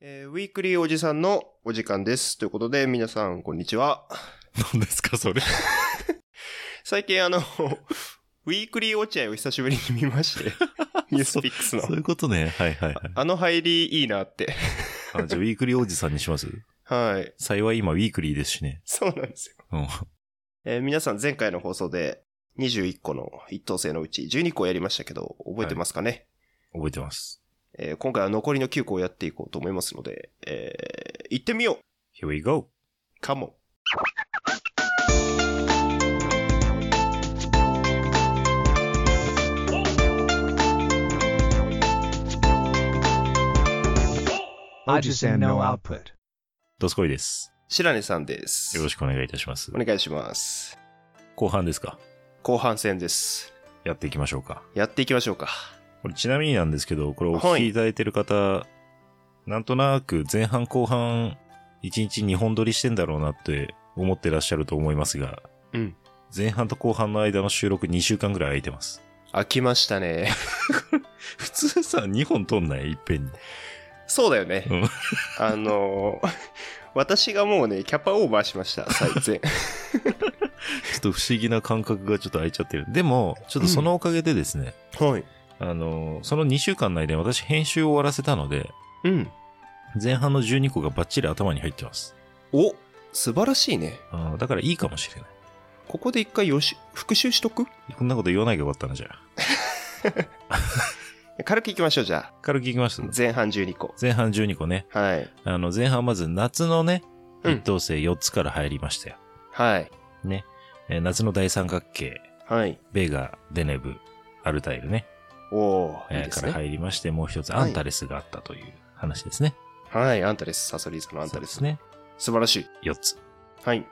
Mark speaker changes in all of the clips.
Speaker 1: えーウィークリーおじさんのお時間です。ということで、皆さん、こんにちは。
Speaker 2: 何ですか、それ。
Speaker 1: 最近、あの、 ウィークリー落合を久しぶりに見ま して、ニュースピックスの
Speaker 2: そう。いうことね。はいはいはい。
Speaker 1: あの入りいいなって。
Speaker 2: あじゃあ、ウィークリーおじさんにします
Speaker 1: はい。
Speaker 2: 幸い今、ウィークリーですしね。
Speaker 1: そうなんですよ。
Speaker 2: うん。
Speaker 1: えー皆さん、前回の放送で、21個の一等星のうち12個やりましたけど、覚えてますかね、
Speaker 2: 覚えてます。
Speaker 1: えー今回は残りの9個をやっていこうと思いますので、えー行ってみよう
Speaker 2: Here we go!
Speaker 1: かも。
Speaker 3: Ojisan no output.
Speaker 2: ドスコイです。
Speaker 1: 白根さんです。
Speaker 2: よろしくお願いいたします
Speaker 1: お。願いします。
Speaker 2: 後半ですか
Speaker 1: 後半戦です。
Speaker 2: やっていきましょうか。
Speaker 1: やっていきましょうか。
Speaker 2: これちなみになんですけど、これお聞きいただいてる方、なんとなく前半後半、1日2本撮りしてんだろうなって思ってらっしゃると思いますが、
Speaker 1: うん。
Speaker 2: 前半と後半の間の収録2週間ぐらい空いてます。
Speaker 1: 飽きましたね。
Speaker 2: 普通さ、2本撮んないいっぺんに。
Speaker 1: そうだよね。
Speaker 2: うん
Speaker 1: あのー私がもうね、キャパオーバーしました、最前。
Speaker 2: ちょっと不思議な感覚がちょっと空いちゃってる。でも、ちょっとそのおかげでですね、
Speaker 1: はい。
Speaker 2: あの、その2週間の間に私編集を終わらせたので、
Speaker 1: うん。
Speaker 2: 前半の12個がバッチリ頭に入ってます。
Speaker 1: お、素晴らしいね。
Speaker 2: あーだからいいかもしれない。
Speaker 1: ここで一回予習、復習しとく
Speaker 2: こんなこと言わないがよかったな、じゃあ。
Speaker 1: 軽くいきましょう、じゃあ。
Speaker 2: 軽くいきます
Speaker 1: 前半12個。
Speaker 2: 前半12個ね。
Speaker 1: はい。
Speaker 2: あの、前半まず夏のね、
Speaker 1: うん
Speaker 2: 一等星4つから入りましたよ。
Speaker 1: はい。
Speaker 2: ね。えー夏の大三角形、
Speaker 1: はい。
Speaker 2: ベーガ、デネブ、アルタイルね。
Speaker 1: おー、いい
Speaker 2: えー
Speaker 1: です
Speaker 2: から
Speaker 1: ね。
Speaker 2: 入りまして、もう一つ
Speaker 1: はい
Speaker 2: アンタレスがあったという話ですね。
Speaker 1: はい、あんたです。サソリーさんのあんたです
Speaker 2: そう。ね。
Speaker 1: 素晴らしい。
Speaker 2: 4つ。
Speaker 1: はい。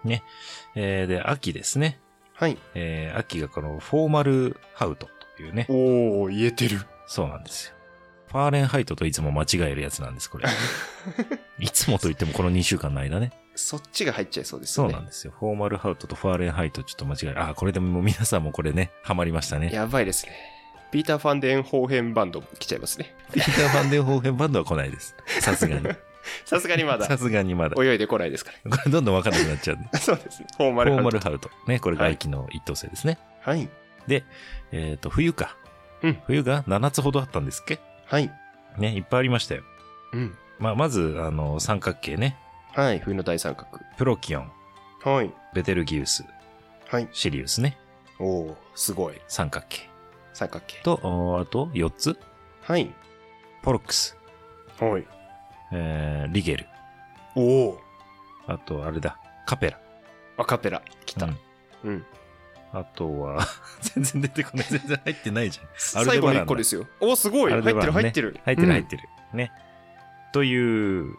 Speaker 2: えーで、秋ですね。
Speaker 1: はい。
Speaker 2: えー秋がこのフォーマルハウトというね。
Speaker 1: おー、言えてる。
Speaker 2: そうなんですよ。ファーレンハイトといつも間違えるやつなんです、こ れ。いつもといってもこの2週間の間ね。
Speaker 1: そっちが入っちゃいそうです
Speaker 2: そ
Speaker 1: よ
Speaker 2: う
Speaker 1: ね。
Speaker 2: なんですよ。フォーマルハウトとファーレンハイトちょっと間違える。あー、これでもう皆さんもこれね、ハマりましたね。
Speaker 1: やばいですね。ピーター・ファンデン方編バンドも来ちゃいますね。
Speaker 2: ピーター・ファンデンホーフェンバンドは来ないです。さすがに。
Speaker 1: さすがにまだ
Speaker 2: さすがにまだ。こ
Speaker 1: 泳いでこないですか
Speaker 2: れどんどんわかんなくなっちゃうんで。
Speaker 1: ら。 そうですね。フォーマ
Speaker 2: フ
Speaker 1: ル
Speaker 2: ォ
Speaker 1: ハ
Speaker 2: ー
Speaker 1: ウ
Speaker 2: マ
Speaker 1: ト。
Speaker 2: ルハウト。ね、これが秋の一等星ですね。
Speaker 1: はい。
Speaker 2: えっ、と、冬か。
Speaker 1: うん
Speaker 2: 冬が7つほどあったんですっけ
Speaker 1: はい。
Speaker 2: ね、いっぱいありましたよ。
Speaker 1: うん。
Speaker 2: まあ、まず、あの、三角形ね。
Speaker 1: はい。冬の大三角。
Speaker 2: プロキオン、
Speaker 1: はい。
Speaker 2: ベテルギウス、
Speaker 1: はい。
Speaker 2: シリウスね。
Speaker 1: おー、すごい。
Speaker 2: 三角形。
Speaker 1: 三角形。
Speaker 2: と、おあと、4つ。
Speaker 1: はい。
Speaker 2: ポロックス、
Speaker 1: はい。
Speaker 2: えー、リゲル。
Speaker 1: おー、
Speaker 2: あと、あれだ。カペラ。
Speaker 1: アカペラ。来た
Speaker 2: うん。
Speaker 1: うん。
Speaker 2: あとは、 全然出てこない。全然入ってないじゃん。アル
Speaker 1: 最
Speaker 2: デ
Speaker 1: 後
Speaker 2: バラン
Speaker 1: の1個ですよ。おー、すごい。入
Speaker 2: アル
Speaker 1: って
Speaker 2: デバラ
Speaker 1: る、
Speaker 2: ンね
Speaker 1: 入ってる。
Speaker 2: 入ってる、入っ
Speaker 1: る。
Speaker 2: てる。ね。という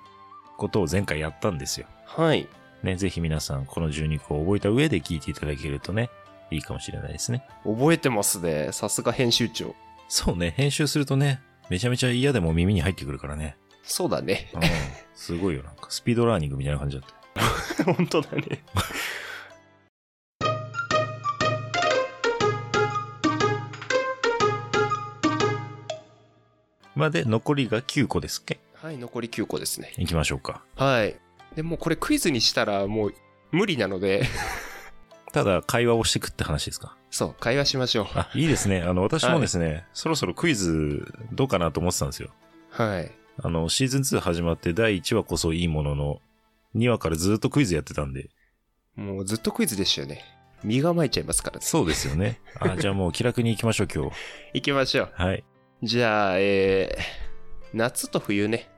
Speaker 2: ことを前回やったんですよ。
Speaker 1: はい。
Speaker 2: ね、ぜひ皆さん、この12個を覚えた上で聞いていただけるとね、いいかもしれないですね。
Speaker 1: 覚えてますね。さすが編集長。
Speaker 2: そうね、編集するとね、めちゃめちゃ嫌でも耳に入ってくるから ね。
Speaker 1: そうだね。
Speaker 2: うん、すごいよ、なんかスピードラーニングみたいな感じだった。
Speaker 1: 本当だね。
Speaker 2: まあ、で、残りが9個ですっけ
Speaker 1: はい、残り9個ですね。
Speaker 2: いきましょうか。
Speaker 1: はい。でもうこれクイズにしたらもう無理なの で、
Speaker 2: ただ、会話をしてくって話ですか。
Speaker 1: そう、会話しましょう。
Speaker 2: あ、いいですね。あの、私もですね、そろそろクイズ、どうかなと思ってたんですよ。
Speaker 1: はい。
Speaker 2: あの、シーズン2始まって第1話こそいいものの、2話からずっとクイズやってたんで。
Speaker 1: もうずっとクイズでしたよね。身構えちゃいますからね。
Speaker 2: そうですよね。 あ、じゃあもう気楽に行きましょう、今日。
Speaker 1: 行きましょう。
Speaker 2: はい。
Speaker 1: じゃあ、えー、夏と冬ね。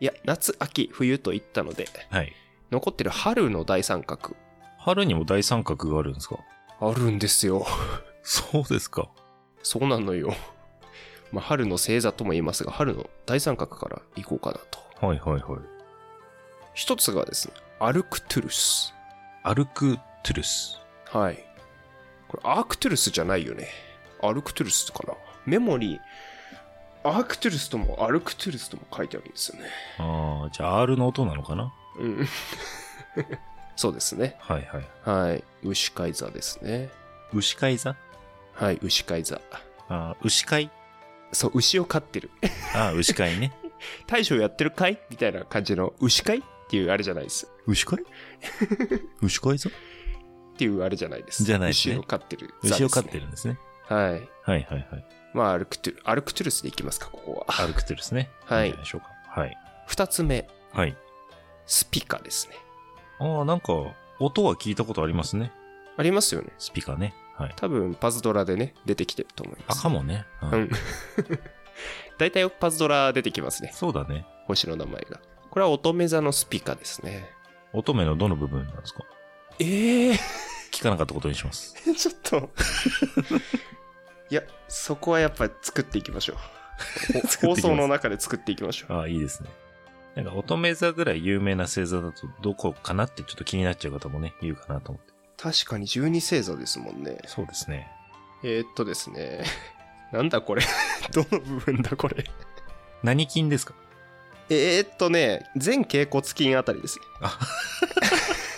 Speaker 1: いや、夏、秋、冬と言ったので、
Speaker 2: はい。
Speaker 1: 残ってる春の大三角。
Speaker 2: 春にも大三角があるんですか
Speaker 1: あるんですよ。
Speaker 2: そうですか。
Speaker 1: そうなのよ。まあ、春の星座とも言いますが、春の大三角から行こうかなと。
Speaker 2: はいはいはい。
Speaker 1: 一つがですね、アルクトゥルス。
Speaker 2: アルクトゥルス。
Speaker 1: はい。これ、アークトゥルスじゃないよね。アルクトゥルスかな。メモに、アークトゥルスともアルクトゥルスとも書いてあるんですよね。
Speaker 2: ああ、じゃあ R の音なのかな
Speaker 1: うん。 そうですね。
Speaker 2: はいはい。
Speaker 1: はい。牛飼い座ですね。
Speaker 2: 牛飼い座
Speaker 1: はい、牛飼い座。
Speaker 2: あー牛飼い
Speaker 1: そう、牛を飼ってる。
Speaker 2: ああ、牛飼いね。
Speaker 1: 大将やってるかいみたいな感じの牛かいっていうあれじゃないです。
Speaker 2: 牛飼い 牛飼いぞ
Speaker 1: っていうあれじゃないです。
Speaker 2: じゃないですね
Speaker 1: 牛を飼ってる、
Speaker 2: 牛を飼って。るんですね。
Speaker 1: はい。
Speaker 2: はいはいはい。
Speaker 1: まあ、アルクトゥル、アルクトゥルスでいきますか、ここは。
Speaker 2: アルクトゥルスね。
Speaker 1: はい
Speaker 2: いんじゃなでしょうか。はい。
Speaker 1: 二つ目、
Speaker 2: はい。
Speaker 1: スピカですね。
Speaker 2: ああ、なんか、音は聞いたことありますね。
Speaker 1: ありますよね。
Speaker 2: スピカね。はい。
Speaker 1: 多分、パズドラでね、出てきてると思いま
Speaker 2: あ、
Speaker 1: す。
Speaker 2: かもね。う
Speaker 1: うん ん。大体パズドラ出てきますね。
Speaker 2: そうだね。
Speaker 1: 星の名前が。これは乙女座のスピカですね。
Speaker 2: 乙女のどの部分なんですか
Speaker 1: ええ
Speaker 2: 聞かなかったことにします。
Speaker 1: ー、 ちょっと。いや、そこはやっぱり作っていきましょう。 放
Speaker 2: 作っていきます
Speaker 1: 送の中で作っていきましょう。
Speaker 2: ああ、いいですね。なんか、乙女座ぐらい有名な星座だと、どこかなってちょっと気になっちゃう方もね、いるかなと思って。
Speaker 1: 確かに十二星座ですもんね。
Speaker 2: そうですね。
Speaker 1: えー、っとですね。 なんだこれ どの部分だこれ。
Speaker 2: 何金です か
Speaker 1: えー、っとね、全頸骨筋あたりですね。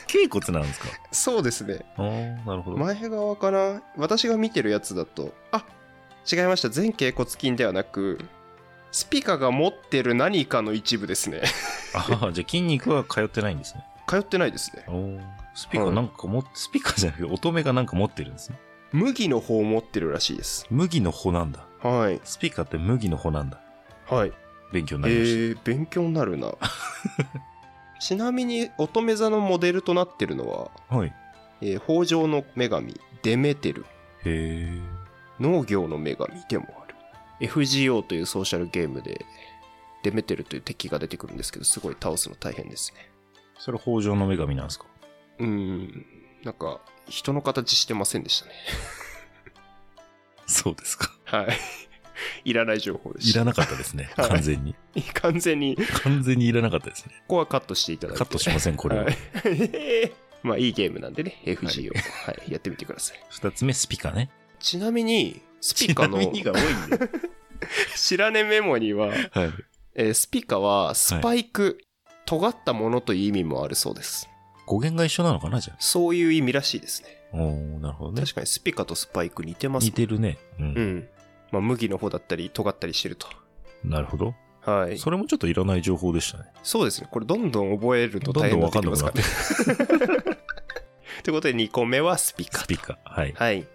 Speaker 2: 頸骨なんですか
Speaker 1: そうですね。
Speaker 2: ああ、なるほど。
Speaker 1: 前側かな私が見てるやつだとあ違いました全頸骨筋ではなくスピカが持ってる何かの一部 ですね
Speaker 2: ああ、じゃあ筋肉は通ってないんですね。
Speaker 1: 通ってないですね
Speaker 2: おお。スピカなんかも、スピカじゃなくて乙女がなんか持ってるんですね。
Speaker 1: 麦の方を持ってるらしいです
Speaker 2: 麦の穂なんだ。
Speaker 1: はい
Speaker 2: スピカって麦の穂なんだ。
Speaker 1: はい
Speaker 2: 勉強に
Speaker 1: え
Speaker 2: なりました。
Speaker 1: ー、勉強にな るなちなみに乙女座のモデルとなってるのは、
Speaker 2: はい。へ
Speaker 1: えー豊穣の女神デメテル
Speaker 2: え。
Speaker 1: 農業の女神でもある FGO というソーシャルゲームでデメテルという敵が出てくるんですけどすごい倒すの大変ですね
Speaker 2: それ北条の女神なんですか
Speaker 1: うん。なんか、人の形してませんでしたね。
Speaker 2: そうですか。
Speaker 1: はい。いらない情報でし
Speaker 2: い
Speaker 1: た。
Speaker 2: らなかった ですね。
Speaker 1: はい
Speaker 2: 完全に。
Speaker 1: 完全に、こ
Speaker 2: 完全にいらなかったですね。
Speaker 1: こはカットしていただいて。
Speaker 2: カットしません、これは
Speaker 1: は。い。 えーまあ、いいゲームなんでね、FGO。はい、やってみてください。
Speaker 2: 二つ目、スピカね。
Speaker 1: ちなみに、スピカの
Speaker 2: ちなみにが多いね
Speaker 1: 知らねメモには、
Speaker 2: はい。
Speaker 1: えースピカはスパイク、尖ったものという意味もあるそうです。
Speaker 2: 語源が一緒なのかな、じゃ
Speaker 1: そういう意味らしいですね。
Speaker 2: あ。おー、なるほどね。
Speaker 1: 確かにスピカとスパイク似てます
Speaker 2: 似
Speaker 1: ね
Speaker 2: てるね。う。
Speaker 1: うんん。まあ、麦の方だったり、尖ったりしてると。
Speaker 2: なるほど。
Speaker 1: はい。
Speaker 2: それもちょっといらない情報でしたね。
Speaker 1: そうですね。これどんどん覚えると大変になってきますからね。ということで2個目はスピカ
Speaker 2: スピカ。はい。
Speaker 1: はい。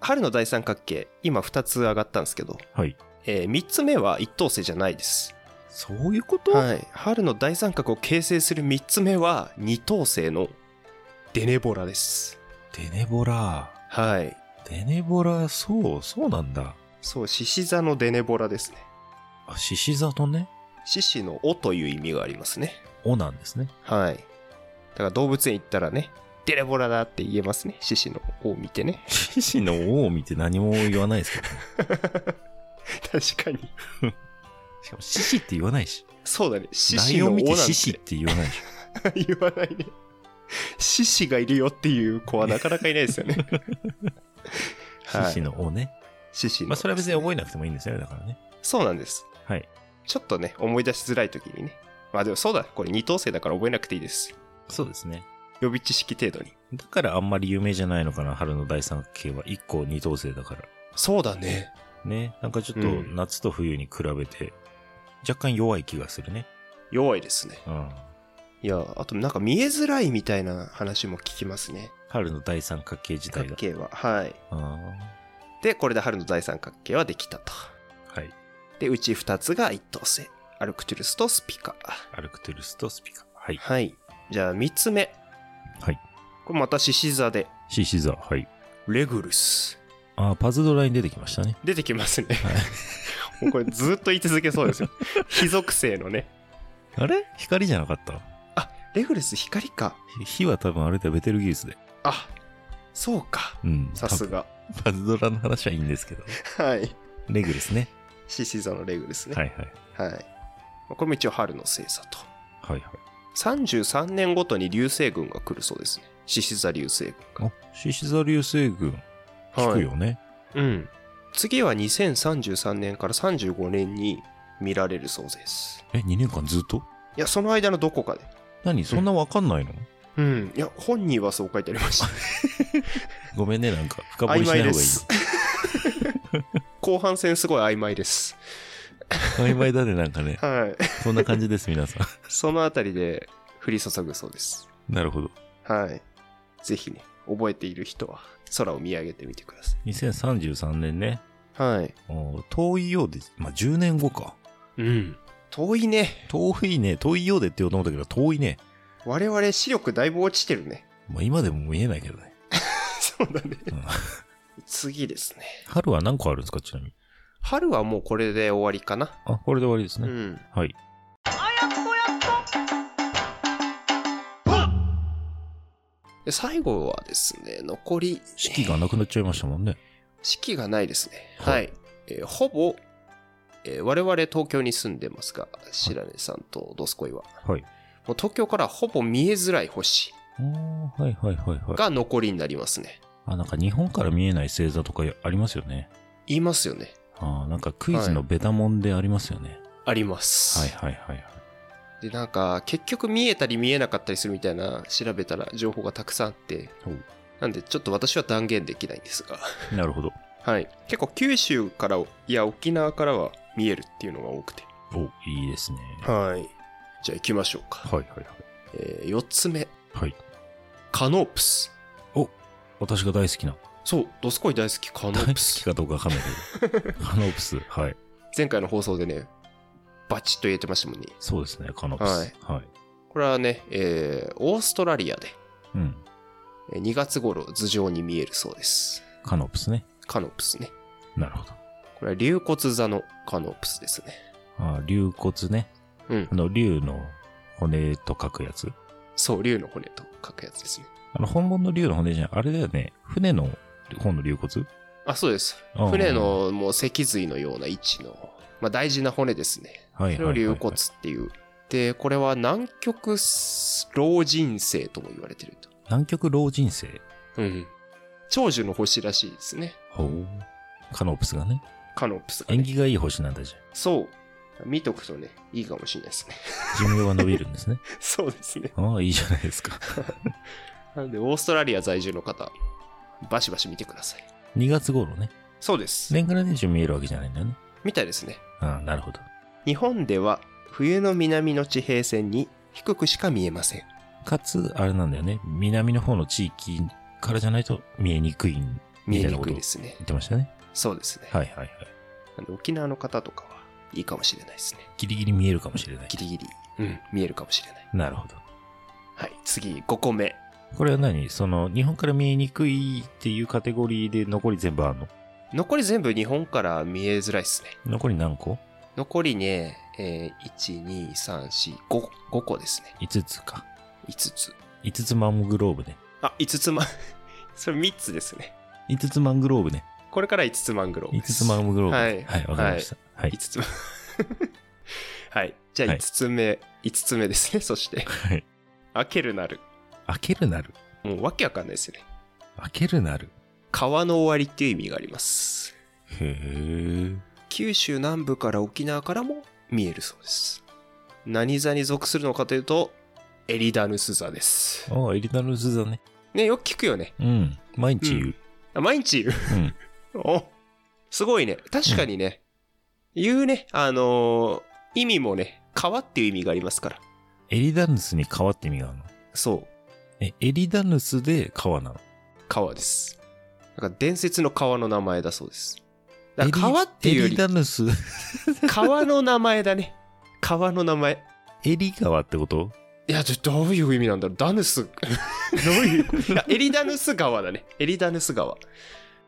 Speaker 1: 春の大三角形、今2つ上がったんですけど、
Speaker 2: はい。
Speaker 1: え3つ目は一等星じゃないです。
Speaker 2: そういうこと
Speaker 1: はい。春の大三角を形成する3つ目は二等星のデネボラです。
Speaker 2: デネボラ
Speaker 1: はい。
Speaker 2: デネボラ、そう、そうなんだ。
Speaker 1: そう、獅子座のデネボラですね。
Speaker 2: あ、獅子座とね、
Speaker 1: 獅子の尾という意味がありますね。
Speaker 2: おなんですね。
Speaker 1: はい。だから動物園行ったらね、デネボラだって言えますね。獅子の尾を見てね。
Speaker 2: 獅子の王を見て何も言わないですけどね。
Speaker 1: 確かに。
Speaker 2: しかも獅子って言わないし。
Speaker 1: そうだね。獅
Speaker 2: ラ
Speaker 1: 子
Speaker 2: イオ
Speaker 1: の
Speaker 2: ン見
Speaker 1: 尾
Speaker 2: て
Speaker 1: なん
Speaker 2: 獅子ってて言わないでしょ。
Speaker 1: 言わないね。獅子がいるよっていう子はなかなかいないですよね。 はい
Speaker 2: 獅子の王ね。
Speaker 1: 獅子の。
Speaker 2: まあそれは別に覚えなくてもいいんですよね、だからね。
Speaker 1: そうなんです。
Speaker 2: はい。
Speaker 1: ちょっとね、思い出しづらい時にね。まあでもそうだ、これ二等星だから覚えなくていいです。
Speaker 2: そうですね。
Speaker 1: 予備知識程度に。
Speaker 2: だからあんまり有名じゃないのかな、春の第三系は。一個二等星だから。
Speaker 1: そうだね。
Speaker 2: ね。なんかちょっと
Speaker 1: うん
Speaker 2: 夏と冬に比べて、若干弱い気がするね。
Speaker 1: 弱いですね。
Speaker 2: うん。
Speaker 1: いや、あとなんか見えづらいみたいな話も聞きますね。
Speaker 2: 春の第三角形自体
Speaker 1: 角
Speaker 2: が。
Speaker 1: 形は。はい。
Speaker 2: あ
Speaker 1: で、これで春の大三角形はできたと。
Speaker 2: ーはい。
Speaker 1: で、うち二つが一等星。アルクトゥルスとスピカ。
Speaker 2: アルクトゥルスとスピカ。はい。
Speaker 1: はい。じゃあ三つ目。
Speaker 2: はい。
Speaker 1: これまた獅子座で。
Speaker 2: 獅子座。はい。
Speaker 1: レグルス。
Speaker 2: あーパズドラに出てきましたね。
Speaker 1: 出てきますね。 もうこれずっと言い続けそう ですよ。火属性のね。
Speaker 2: あれ光じゃなかった
Speaker 1: レグルス光か。
Speaker 2: ひ火は多分あれだよ、ベテルギウスで。
Speaker 1: あ、そうか。
Speaker 2: うん。
Speaker 1: さすが。
Speaker 2: 多分。パズドラの話はいいんで すけど。
Speaker 1: はい。
Speaker 2: レグですね。
Speaker 1: 獅子座のレグルスね。
Speaker 2: は
Speaker 1: はい。
Speaker 2: いはい。
Speaker 1: これも一応春の星座と。
Speaker 2: はいはい。
Speaker 1: 33年ごとに流星群が来るそうですね。獅子座流星群。
Speaker 2: あ、獅子座流星群。聞くよね。
Speaker 1: うん。次は2033年から35年に見られるそうです。
Speaker 2: え、2年間ずっと
Speaker 1: いや、その間のどこかで。
Speaker 2: 何そんなわかんないの、
Speaker 1: うん。いや、本人はそう書いてありました。
Speaker 2: ごめんね、なんか。深掘り
Speaker 1: 曖
Speaker 2: しな
Speaker 1: 昧
Speaker 2: い方がい
Speaker 1: で
Speaker 2: い。
Speaker 1: す。後半戦すごい曖昧です。
Speaker 2: 曖昧だね、なんかね。
Speaker 1: はい。
Speaker 2: そんな感じです、皆さ
Speaker 1: そのあたりで降り注ぐそうです。
Speaker 2: ん。 なるほど。
Speaker 1: はい。ぜひね、覚えている人は空を見上げてみてくださ
Speaker 2: 2033年ね。
Speaker 1: い。はい。
Speaker 2: おー遠いようで、まあ、10年後か。
Speaker 1: うん。遠いね。
Speaker 2: 遠いね。遠いようでって言おうと思ったけど、遠いね。
Speaker 1: 我々視力だいぶ落ちてるね。
Speaker 2: まあ、今でも見えないけどね。
Speaker 1: そうだね
Speaker 2: うん。
Speaker 1: 次ですね。
Speaker 2: 春は何個あるんですか、ちなみに。
Speaker 1: 春はもうこれで終わりかな。
Speaker 2: あ、これで終わりです
Speaker 1: う
Speaker 2: ね。
Speaker 1: ん。
Speaker 2: はい。
Speaker 1: で最後はですね、残り、
Speaker 2: 四季がなくなっちゃいましたもんね。
Speaker 1: 式がないですね。
Speaker 2: は
Speaker 1: はいい。えーほぼ、えー我々東京に住んでますが、白根さんとドスコイは。
Speaker 2: はい。
Speaker 1: もう東京からほぼ見えづらい星
Speaker 2: あーはいはいはいはい。
Speaker 1: が残りになりますね。
Speaker 2: あ、なんか日本から見えない星座とかありますよね。
Speaker 1: 言いますよね。
Speaker 2: あーなんかクイズのベタモンでありますよね。
Speaker 1: あります。
Speaker 2: はい、はいはいはい。
Speaker 1: で、なんか、結局見えたり見えなかったりするみたいな、調べたら情報がたくさんあって
Speaker 2: ほう、
Speaker 1: なんでちょっと私は断言できないんですが、
Speaker 2: なるほど。
Speaker 1: はい。結構九州から、いや、沖縄からは見えるっていうのが多くて。
Speaker 2: お、いいですね。
Speaker 1: はい。じゃあ行きましょうか。
Speaker 2: はいはいはい。
Speaker 1: え4つ目、
Speaker 2: はい。
Speaker 1: カノープス。
Speaker 2: 私が大好きな。
Speaker 1: そう、ドスコイ大好き、カノ
Speaker 2: 大
Speaker 1: ー
Speaker 2: 好
Speaker 1: プ
Speaker 2: き
Speaker 1: ス。
Speaker 2: かどうかわかんないけ ど。カノプス。はい。
Speaker 1: 前回の放送でね、バチッと言えてましたもんね。
Speaker 2: そうですね、カノプス。はい。
Speaker 1: これはね、えーオーストラリアで
Speaker 2: うん。
Speaker 1: えー2月頃頭上に見えるそうです。
Speaker 2: カノプスね。
Speaker 1: カノープスね。
Speaker 2: なるほど。
Speaker 1: これは竜骨座のカノープスですね。
Speaker 2: あー竜骨ね。
Speaker 1: うん
Speaker 2: あ。の、竜の骨と書くやつ。
Speaker 1: そう、竜の骨と書くやつですね。
Speaker 2: あの、本物の竜の骨じゃん。あれだよね。船の方の竜骨
Speaker 1: あ、そうです
Speaker 2: ああ。
Speaker 1: 船のもう脊髄のような位置の、まあ、大事な骨ですね。
Speaker 2: はいはいはいはい
Speaker 1: それを竜骨っていう。で、これは南極老人星とも言われてると。
Speaker 2: 南極老人生。
Speaker 1: うん。長寿の星らしいですね。
Speaker 2: ほう。カノプスがね。
Speaker 1: カノプスが、
Speaker 2: 縁
Speaker 1: ね。
Speaker 2: 起がいい星なんだじゃん。
Speaker 1: そう。見とくとね、いいかもしれないですね。
Speaker 2: 寿命が伸びるんですね。
Speaker 1: そうですね。
Speaker 2: ああ、いいじゃないですか。
Speaker 1: なんで、オーストラリア在住の方、バシバシ見てください。
Speaker 2: 2月頃ね。
Speaker 1: そうです。
Speaker 2: 年がら年中見えるわけじゃないんだよね。
Speaker 1: みたいですね。
Speaker 2: ああ、なるほど。
Speaker 1: 日本では、冬の南の地平線に低くしか見えません。
Speaker 2: かつ、あれなんだよね。南の方の地域からじゃないと見えにくいみ
Speaker 1: 見
Speaker 2: た
Speaker 1: え
Speaker 2: いな
Speaker 1: に
Speaker 2: こと
Speaker 1: くい
Speaker 2: 言
Speaker 1: ですね。
Speaker 2: ってましたね。
Speaker 1: そうですね。
Speaker 2: はいはいはい。
Speaker 1: なんで沖縄の方とかはいいかもしれないですね。
Speaker 2: ギリギリ見えるかもしれない
Speaker 1: ギ。リギリ、うん、見えるかもしれない。
Speaker 2: なるほど。
Speaker 1: はい、次、5個目。
Speaker 2: これは何その、日本から見えにくいっていうカテゴリーで残り全部あるの
Speaker 1: 残り全部日本から見えづらいですね。
Speaker 2: 残り何個
Speaker 1: 残りね、えー、1、2、3、4、5、5個ですね。
Speaker 2: ?5 つか。
Speaker 1: 5つ。
Speaker 2: 5つマングローブね。
Speaker 1: あ、5つま、 それ3つですね。
Speaker 2: 5つマングローブね。
Speaker 1: これから5つマングローブ
Speaker 2: 5
Speaker 1: です。
Speaker 2: つマングローブ。
Speaker 1: はい
Speaker 2: はい、わかりました。はい
Speaker 1: 5。つま はい、じゃあ
Speaker 2: はい
Speaker 1: 5つ目、5つ目ですね。そして、
Speaker 2: はい。
Speaker 1: 開けるなる。
Speaker 2: 開けるなる。
Speaker 1: もうわけわかんないですよね。
Speaker 2: 開けるなる。
Speaker 1: 川の終わりっていう意味があります。
Speaker 2: へえ。
Speaker 1: 九州南部から沖縄からも見えるそうです何座に属するのかというとエリダヌス座です
Speaker 2: ああ、エリナルズだね。
Speaker 1: ねよく聞くよね
Speaker 2: うん。毎日言う。
Speaker 1: あ毎日言う
Speaker 2: うん。
Speaker 1: おすごいね確かにね、言うねあのー意味もね川っていう意味がありますから
Speaker 2: エリダヌスに川って意味があるの
Speaker 1: そう
Speaker 2: え、エリダヌスで川なの
Speaker 1: 川ですなんか伝説の川の名前だそうですだ
Speaker 2: エ
Speaker 1: か
Speaker 2: リ
Speaker 1: ら川っていうよ
Speaker 2: エリ
Speaker 1: り
Speaker 2: ダヌス、
Speaker 1: 川の名前だね川の名前
Speaker 2: エリ川ってこと
Speaker 1: いや、ちょどういう意味なんだろうダヌス。どういういや、エリダヌス川だね。エリダヌス川。
Speaker 2: い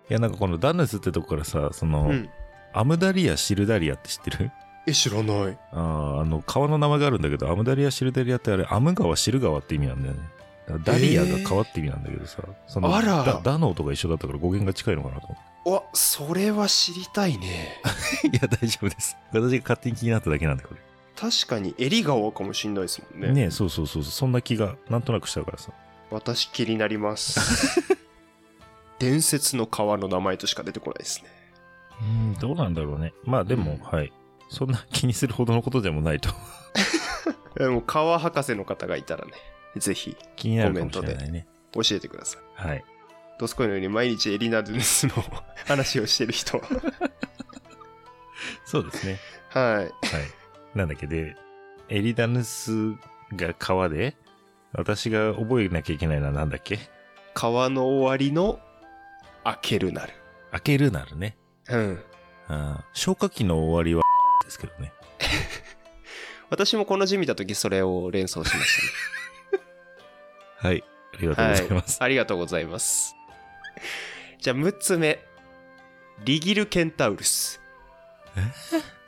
Speaker 2: や、なんかこのダヌスってとこからさ、その、
Speaker 1: うん。
Speaker 2: アムダリア、シルダリアって知ってる
Speaker 1: え、知らない。
Speaker 2: ああ、あの、川の名前があるんだけど、アムダリア、シルダリアってあれ、アム川、シル川って意味なんだよね。だからダリアが川って意味なんだけどさ、その
Speaker 1: あら
Speaker 2: ダ、ダの音が一緒だったから語源が近いのかなと思っ
Speaker 1: わ、それは知りたい ね。
Speaker 2: て。いや、大丈夫です。私が勝手に気になっただけなんだけど。
Speaker 1: 確かにエリ川かもしんないですもんね。
Speaker 2: ねそうそうそうそう、そんな気がなんとなくしたからさ。
Speaker 1: 私気になります。 伝説の川の名前としか出てこないですね。
Speaker 2: うん、どうなんだろうね。まあで
Speaker 1: う
Speaker 2: も、
Speaker 1: ん
Speaker 2: はい。そんな気にするほどのことでもないと。
Speaker 1: でも川博士の方がいたらね、ぜひ
Speaker 2: 気になるかもしれないね。
Speaker 1: 教えてください。
Speaker 2: はい。
Speaker 1: ドスコイのように毎日 エリダヌスの話をしてる人は。
Speaker 2: そうですね。
Speaker 1: はい。
Speaker 2: はい。なんだっけで、エリダヌスが川で、私が覚えなきゃいけないのはなんだっけ
Speaker 1: 川の終わりの開けるなる。
Speaker 2: 開けるなるね。
Speaker 1: うん。
Speaker 2: あー消火器の終わりは ですけどね。
Speaker 1: 私もこの字見たときそれを連想しまし
Speaker 2: はい。ありが
Speaker 1: た、
Speaker 2: と
Speaker 1: ね。
Speaker 2: うございます。
Speaker 1: はい。ありがとうございます。じゃあ6つ目。リギルケンタウルス。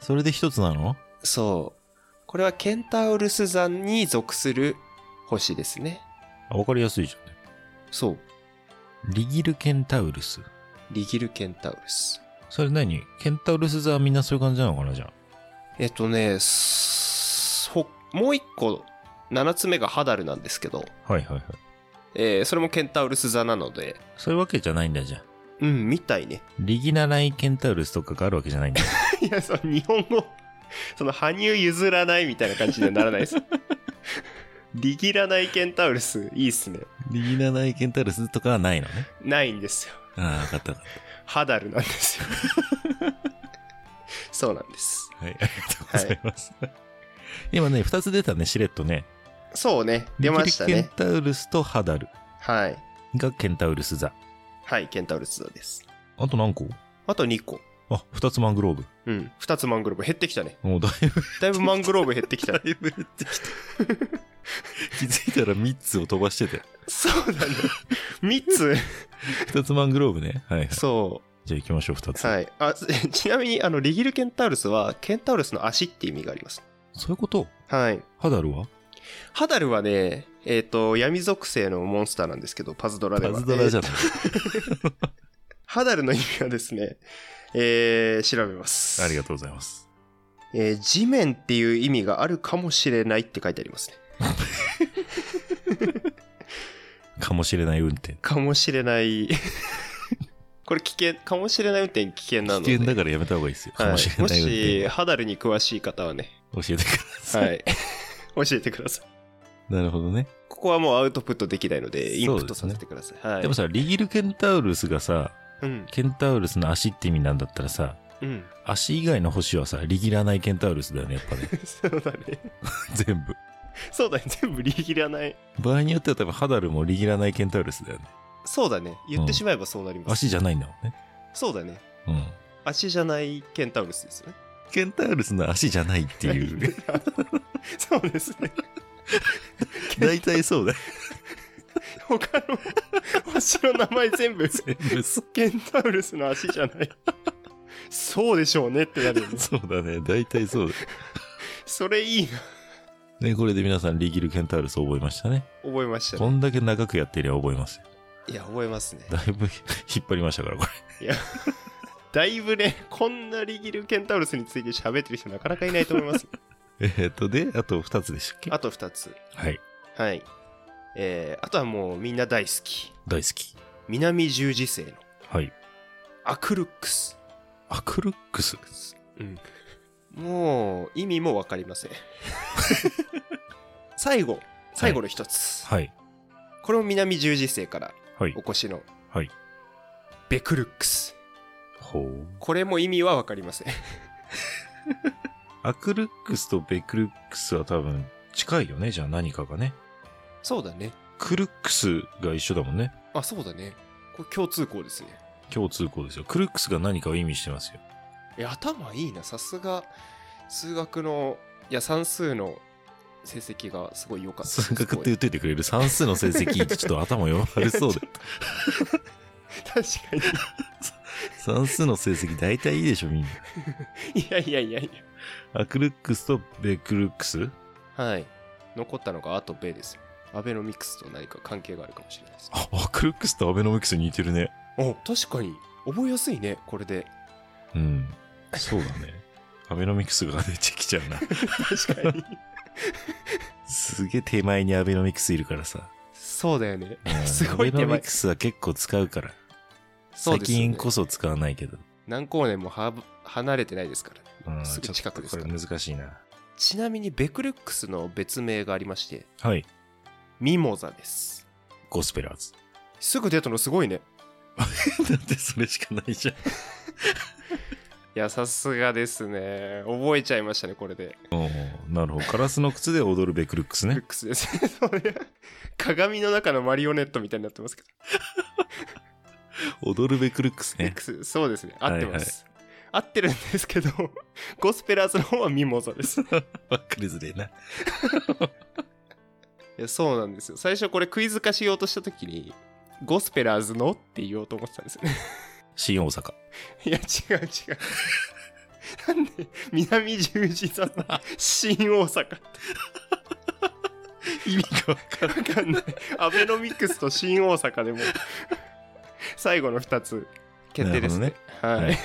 Speaker 2: それで一つなの
Speaker 1: そう。これはケンタウルス山に属する星ですね。
Speaker 2: あわかりやすいじゃんね。
Speaker 1: そう。
Speaker 2: リギルケンタウルス。
Speaker 1: リギルケンタウルス。
Speaker 2: それ何ケンタウルス座はみんなそういう感じなのかなじゃ
Speaker 1: えっとね、すほもう一個、7つ目がハダルなんですけど、
Speaker 2: あ。はいはいはい。
Speaker 1: えーそれもケンタウルス座なので、
Speaker 2: そういうわけじゃないんだじゃん。
Speaker 1: うん、みたいね。
Speaker 2: リギナライケンタウルスとかがあるわけじゃないんだ。
Speaker 1: いや、その日本語、その羽生譲らないみたいな感じにはならないです。リギらないケンタウルス、いいっすね。
Speaker 2: リギナライケンタウルスとかはないのね。
Speaker 1: ないんですよ。
Speaker 2: ああ、わかったわかっ
Speaker 1: ハダルなんですよ。 そうなんです。
Speaker 2: た。はい、ありがとうございます。今ね、二つ出たね、しれっとね。
Speaker 1: そうね、出ました
Speaker 2: リギ
Speaker 1: ね
Speaker 2: ル。ケンタウルスとハダル
Speaker 1: はい。
Speaker 2: がケンタウルス座。
Speaker 1: はい、ケンタウルス座です。
Speaker 2: あと何個
Speaker 1: あと2個。
Speaker 2: あ、二つマングローブ。
Speaker 1: うん、2つマングローブ減ってきたね。
Speaker 2: もうだいぶ、
Speaker 1: だいぶマングローブ減ってきた ね
Speaker 2: だいぶ減ってきた。気づいたら三つを飛ばしてて。
Speaker 1: そうだね。3つ。
Speaker 2: 二つマングローブね。はいはい。
Speaker 1: そ
Speaker 2: じゃあ行きましょう、二つ。
Speaker 1: う。はい。あ、 ちちなみに、あの、リギルケンタウルスは、ケンタウルスの足って意味があります。
Speaker 2: そういうこと
Speaker 1: はい。
Speaker 2: ハダルは
Speaker 1: ハダルはね、えっ、と、闇属性のモンスターなんですけど、パズドラで
Speaker 2: パ
Speaker 1: は。
Speaker 2: ズドラじゃ
Speaker 1: えー
Speaker 2: ない。
Speaker 1: ハダルの意味はですね、えー、調べます。
Speaker 2: ありが
Speaker 1: う。
Speaker 2: とうございます。
Speaker 1: えー地面っていう意味があるかもしれないって書いてありますね。
Speaker 2: かもしれない運転。
Speaker 1: かもしれない。 これ危険、かもしれない運転危険なので。
Speaker 2: 危険だからやめた方がいいですよ。
Speaker 1: はい
Speaker 2: かもしれない運
Speaker 1: もし、
Speaker 2: 転。
Speaker 1: ハダルに詳しい方はね、
Speaker 2: 教えてください。
Speaker 1: はい。 教えてください。
Speaker 2: なるほどね。
Speaker 1: ここはもうアウトプットできないので、インプッ
Speaker 2: そうで
Speaker 1: ト
Speaker 2: す
Speaker 1: さ
Speaker 2: ね
Speaker 1: せてください。はい。
Speaker 2: でもさ、リギルケンタウルスがさ、
Speaker 1: うん。
Speaker 2: ケンタウルスの足って意味なんだったらさ、
Speaker 1: うん。
Speaker 2: 足以外の星はさ、リギらないケンタウルスだよね、やっ ぱね。
Speaker 1: そうだね。
Speaker 2: 全部。
Speaker 1: そうだね。全部力らない。
Speaker 2: 場合によっては多分ハダルもリギらないケンタウルスだよね。
Speaker 1: そうだね。言ってしまえばそうなります。
Speaker 2: 足じゃないんだもんね。
Speaker 1: そうだね。
Speaker 2: うん。
Speaker 1: 足じゃないケンタウルスですよね。
Speaker 2: ケンタウルスの足じゃないっ ていう。
Speaker 1: そうですね。
Speaker 2: 大体そうだよ。
Speaker 1: 他の星の名前全部、
Speaker 2: 全部そ
Speaker 1: ケンタウルスの足じゃない。そうでしょうねってなるよね
Speaker 2: う。 そうだね。大体そうだ。
Speaker 1: それいいな。
Speaker 2: ね、これで皆さん、リギルケンタウルス覚えましたね。
Speaker 1: 覚えました
Speaker 2: こ
Speaker 1: ね。
Speaker 2: んだけ長くやってりゃ覚えますよ。
Speaker 1: いや、覚えますね。
Speaker 2: だいぶ 引っ張りましたから、これ。
Speaker 1: いや、だいぶね、こんなリギルケンタウルスについて喋ってる人なかなかいないと思います。
Speaker 2: えっと、で、あと2つでしたっけ
Speaker 1: あと2つ。
Speaker 2: はい。
Speaker 1: はい。えー、あとはもうみんな大好き。
Speaker 2: 大好き。
Speaker 1: 南十字星の
Speaker 2: はい。
Speaker 1: アクルックス。
Speaker 2: アクルックス。
Speaker 1: うん。もう、意味もわかりません。最後、最後の一つ。
Speaker 2: はい。
Speaker 1: これも南十字星から
Speaker 2: はい
Speaker 1: お。越しの
Speaker 2: はい。
Speaker 1: ベクルックス。
Speaker 2: ほう。
Speaker 1: これも意味はわかりま せん。
Speaker 2: アクルックスとベクルックスは多分近いよね。じゃあ何かがね。
Speaker 1: そうだね。
Speaker 2: クルックスが一緒だもんね。
Speaker 1: あ、そうだね。これ共通項ですね。
Speaker 2: 共通項ですよ。クルックスが何かを意味してますよ。
Speaker 1: え頭いいなさすが数学のいや算数の成績がすごい良かった
Speaker 2: 数学って
Speaker 1: い
Speaker 2: 言っといてくれる算数の成績、ちょっと頭弱れそうで。
Speaker 1: 確か
Speaker 2: 算数の成績大体いいでしょ、みんな。
Speaker 1: にいやいやいやい
Speaker 2: アクルックスとベクルックス
Speaker 1: やはい残ったのがあとベですアベノミクスと何か関係があるかもしれないです
Speaker 2: あ、アクルックスとアベノミクス似てるね。
Speaker 1: お確かに覚えやすいねこれで
Speaker 2: うん。そうだね。アベノミクスが出てきちゃうな。
Speaker 1: 確かに
Speaker 2: すげえ手前にアベノミクスいるからさ。
Speaker 1: そうだよね
Speaker 2: うん
Speaker 1: すごい
Speaker 2: ア
Speaker 1: 手
Speaker 2: ベノミ
Speaker 1: 前
Speaker 2: クスは結構使うから。
Speaker 1: そう
Speaker 2: 最
Speaker 1: ですよね
Speaker 2: 近こそ使わないけど。
Speaker 1: 何光年もはぶ離れてないですからね
Speaker 2: うん
Speaker 1: すぐ近くです
Speaker 2: ちょ
Speaker 1: か
Speaker 2: っ
Speaker 1: ら
Speaker 2: とこれ難しいな。
Speaker 1: ちなみにベクルックスの別名がありまして
Speaker 2: はい。
Speaker 1: ミモザです
Speaker 2: ゴスペラ ーズ。
Speaker 1: すぐ出たのすごいね
Speaker 2: だってそれしかないじゃん。
Speaker 1: いや、さすがですね。覚えちゃいましたね、これで。
Speaker 2: うんなるほど。ガラスの靴で踊るベクルックス
Speaker 1: ル
Speaker 2: ね
Speaker 1: ッ。クスです。 そうね鏡の中のマリオネットみたいになってますけど。
Speaker 2: 踊るベクルックス
Speaker 1: ルッ
Speaker 2: ね。
Speaker 1: クス、そうですね。合ってます。合ってるんですけど、 ゴスペラーズの方はミモザです。い
Speaker 2: わかりづれえな。
Speaker 1: や、そうなんですよ。最初これクイズ化しようとした時に、ゴスペラーズのって言おうと思ってたんですよね。
Speaker 2: 新大阪。
Speaker 1: いや、違う違う。なんで、南十字座の新大阪って。
Speaker 2: 意味がわか
Speaker 1: わかんない。アベノミクスと新大阪でも、最後の2つ決定ですね。
Speaker 2: どね
Speaker 1: は
Speaker 2: はいい。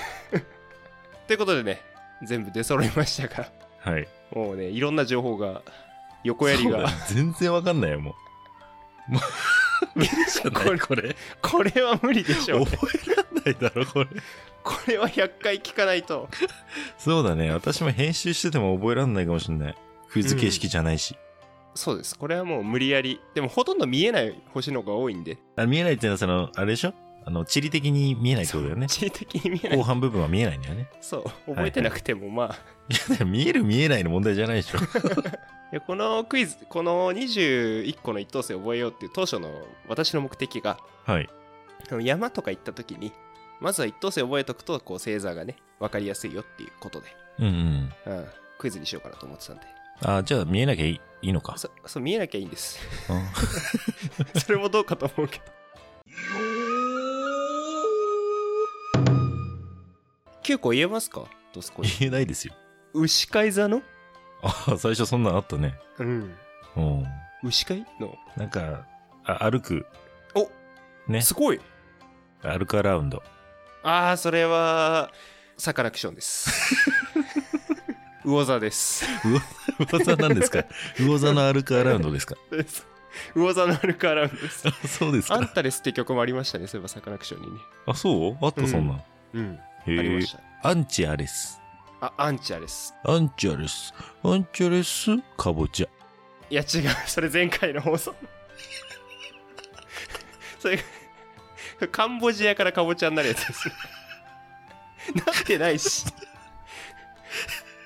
Speaker 1: ということでね、全部出揃いましたが、
Speaker 2: らん。はい。
Speaker 1: もうね、いろんな情報が、横やり
Speaker 2: そう
Speaker 1: が
Speaker 2: だ、ね全然わかんないよ、もう。もう無理じゃないこれ。
Speaker 1: これは無理でしょう。
Speaker 2: 覚えらんないだろ、これ。
Speaker 1: これは100回聞かないと。
Speaker 2: そうだね。私も編集してても覚えらんないかもしれない。クイズ形式じゃないし。
Speaker 1: そうです。これはもう無理やり。でもほとんど見えない星の方が多いんで、
Speaker 2: あ見えないっていうのは、その、あれでしょあの、地理的に見えないってことだよね。
Speaker 1: 地理的に見えない
Speaker 2: 後。半部分は見えないんだよね。
Speaker 1: そう、覚えてなくてもまあ、
Speaker 2: いや、だから見える見えないの問題じゃないでしょ。
Speaker 1: いやこのクイズ、この21個の一等星を覚えようっていう当初の私の目的が、
Speaker 2: はい。
Speaker 1: あの山とか行った時にまずは一等星覚えとくとこう星座がね分かりやすいよっていうことで、
Speaker 2: うんうん。
Speaker 1: うん、クイズにしようかなと思ってたんで
Speaker 2: あ、じゃあ見えなきゃいいいいのか。
Speaker 1: そそう見えなきゃいいんです
Speaker 2: うん
Speaker 1: それもどうかと思うけど9個言えますかドスコイ
Speaker 2: 言えないですよ。
Speaker 1: 牛飼い座の
Speaker 2: あ、最初そんなのあったね。
Speaker 1: うん
Speaker 2: うん。
Speaker 1: 牛飼いの
Speaker 2: なんか、あ歩く、
Speaker 1: お
Speaker 2: ね。
Speaker 1: すごい
Speaker 2: 歩くアラウン ド。
Speaker 1: ああそれはサカナクションです魚座です
Speaker 2: 魚座なんですか魚座の歩くアラウンド ですか
Speaker 1: 魚座のアルカラウンドです
Speaker 2: あそうです
Speaker 1: あん
Speaker 2: か。
Speaker 1: たですって曲もありましたね、そういえばサカナクションにね。
Speaker 2: あ、そうあった、そんなん。
Speaker 1: うん、
Speaker 2: へえ
Speaker 1: ありました。
Speaker 2: アンチアレス。
Speaker 1: あ、アンチャです。
Speaker 2: アンチアレス。アンチアレス、かぼちゃ。
Speaker 1: いや、違う、それ前回の放送。 それ、カンボジアからカボチャになるやつです。なってないし、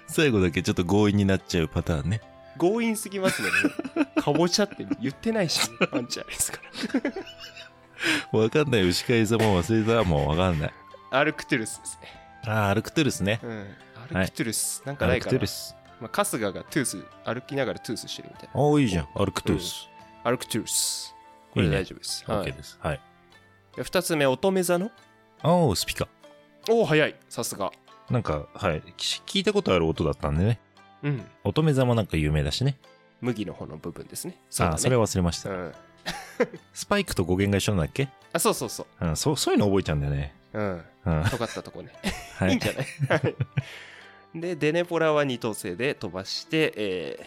Speaker 2: 最後だけちょっと強引になっちゃうパターンね。
Speaker 1: 強引すぎますね。カボチャって言ってないし、アンチャですか
Speaker 2: わかんない。牛飼い様忘れたもうわかんない。
Speaker 1: ら。アルクトゥルスですね。
Speaker 2: あー、アルクトゥルスね。
Speaker 1: うん。アルクトゥルス、なんか
Speaker 2: ア
Speaker 1: な
Speaker 2: ル
Speaker 1: い
Speaker 2: ク
Speaker 1: か
Speaker 2: トゥ
Speaker 1: な
Speaker 2: ル。ス。
Speaker 1: まあ、春日がトゥース、歩きながらトゥースしてるみたいな。
Speaker 2: ああ、いいじゃん。アルクトゥルス。
Speaker 1: アルクトゥルス。これで大丈夫です。
Speaker 2: オッ
Speaker 1: は
Speaker 2: ケ
Speaker 1: い
Speaker 2: ー。です。はい。
Speaker 1: で二つ目、乙女座の
Speaker 2: ああ、スピカ。
Speaker 1: おお、早い。さすが。
Speaker 2: なんか、はい。き聞いたことある音だったんでね。
Speaker 1: うん。
Speaker 2: 乙女座もなんか有名だしね。
Speaker 1: 麦の方の部分ですね。
Speaker 2: ああー、それ
Speaker 1: は。
Speaker 2: 忘れました
Speaker 1: う。ん。
Speaker 2: スパイクと語源が一緒なんだっけ
Speaker 1: あ、そうそうそ
Speaker 2: うん、そう、そういうの覚えちゃうんだよね。
Speaker 1: う。うん。
Speaker 2: うん。は
Speaker 1: 尖ったとこね。いいん
Speaker 2: い。
Speaker 1: じゃないはいで、デネポラは二等星で飛ばして、えー、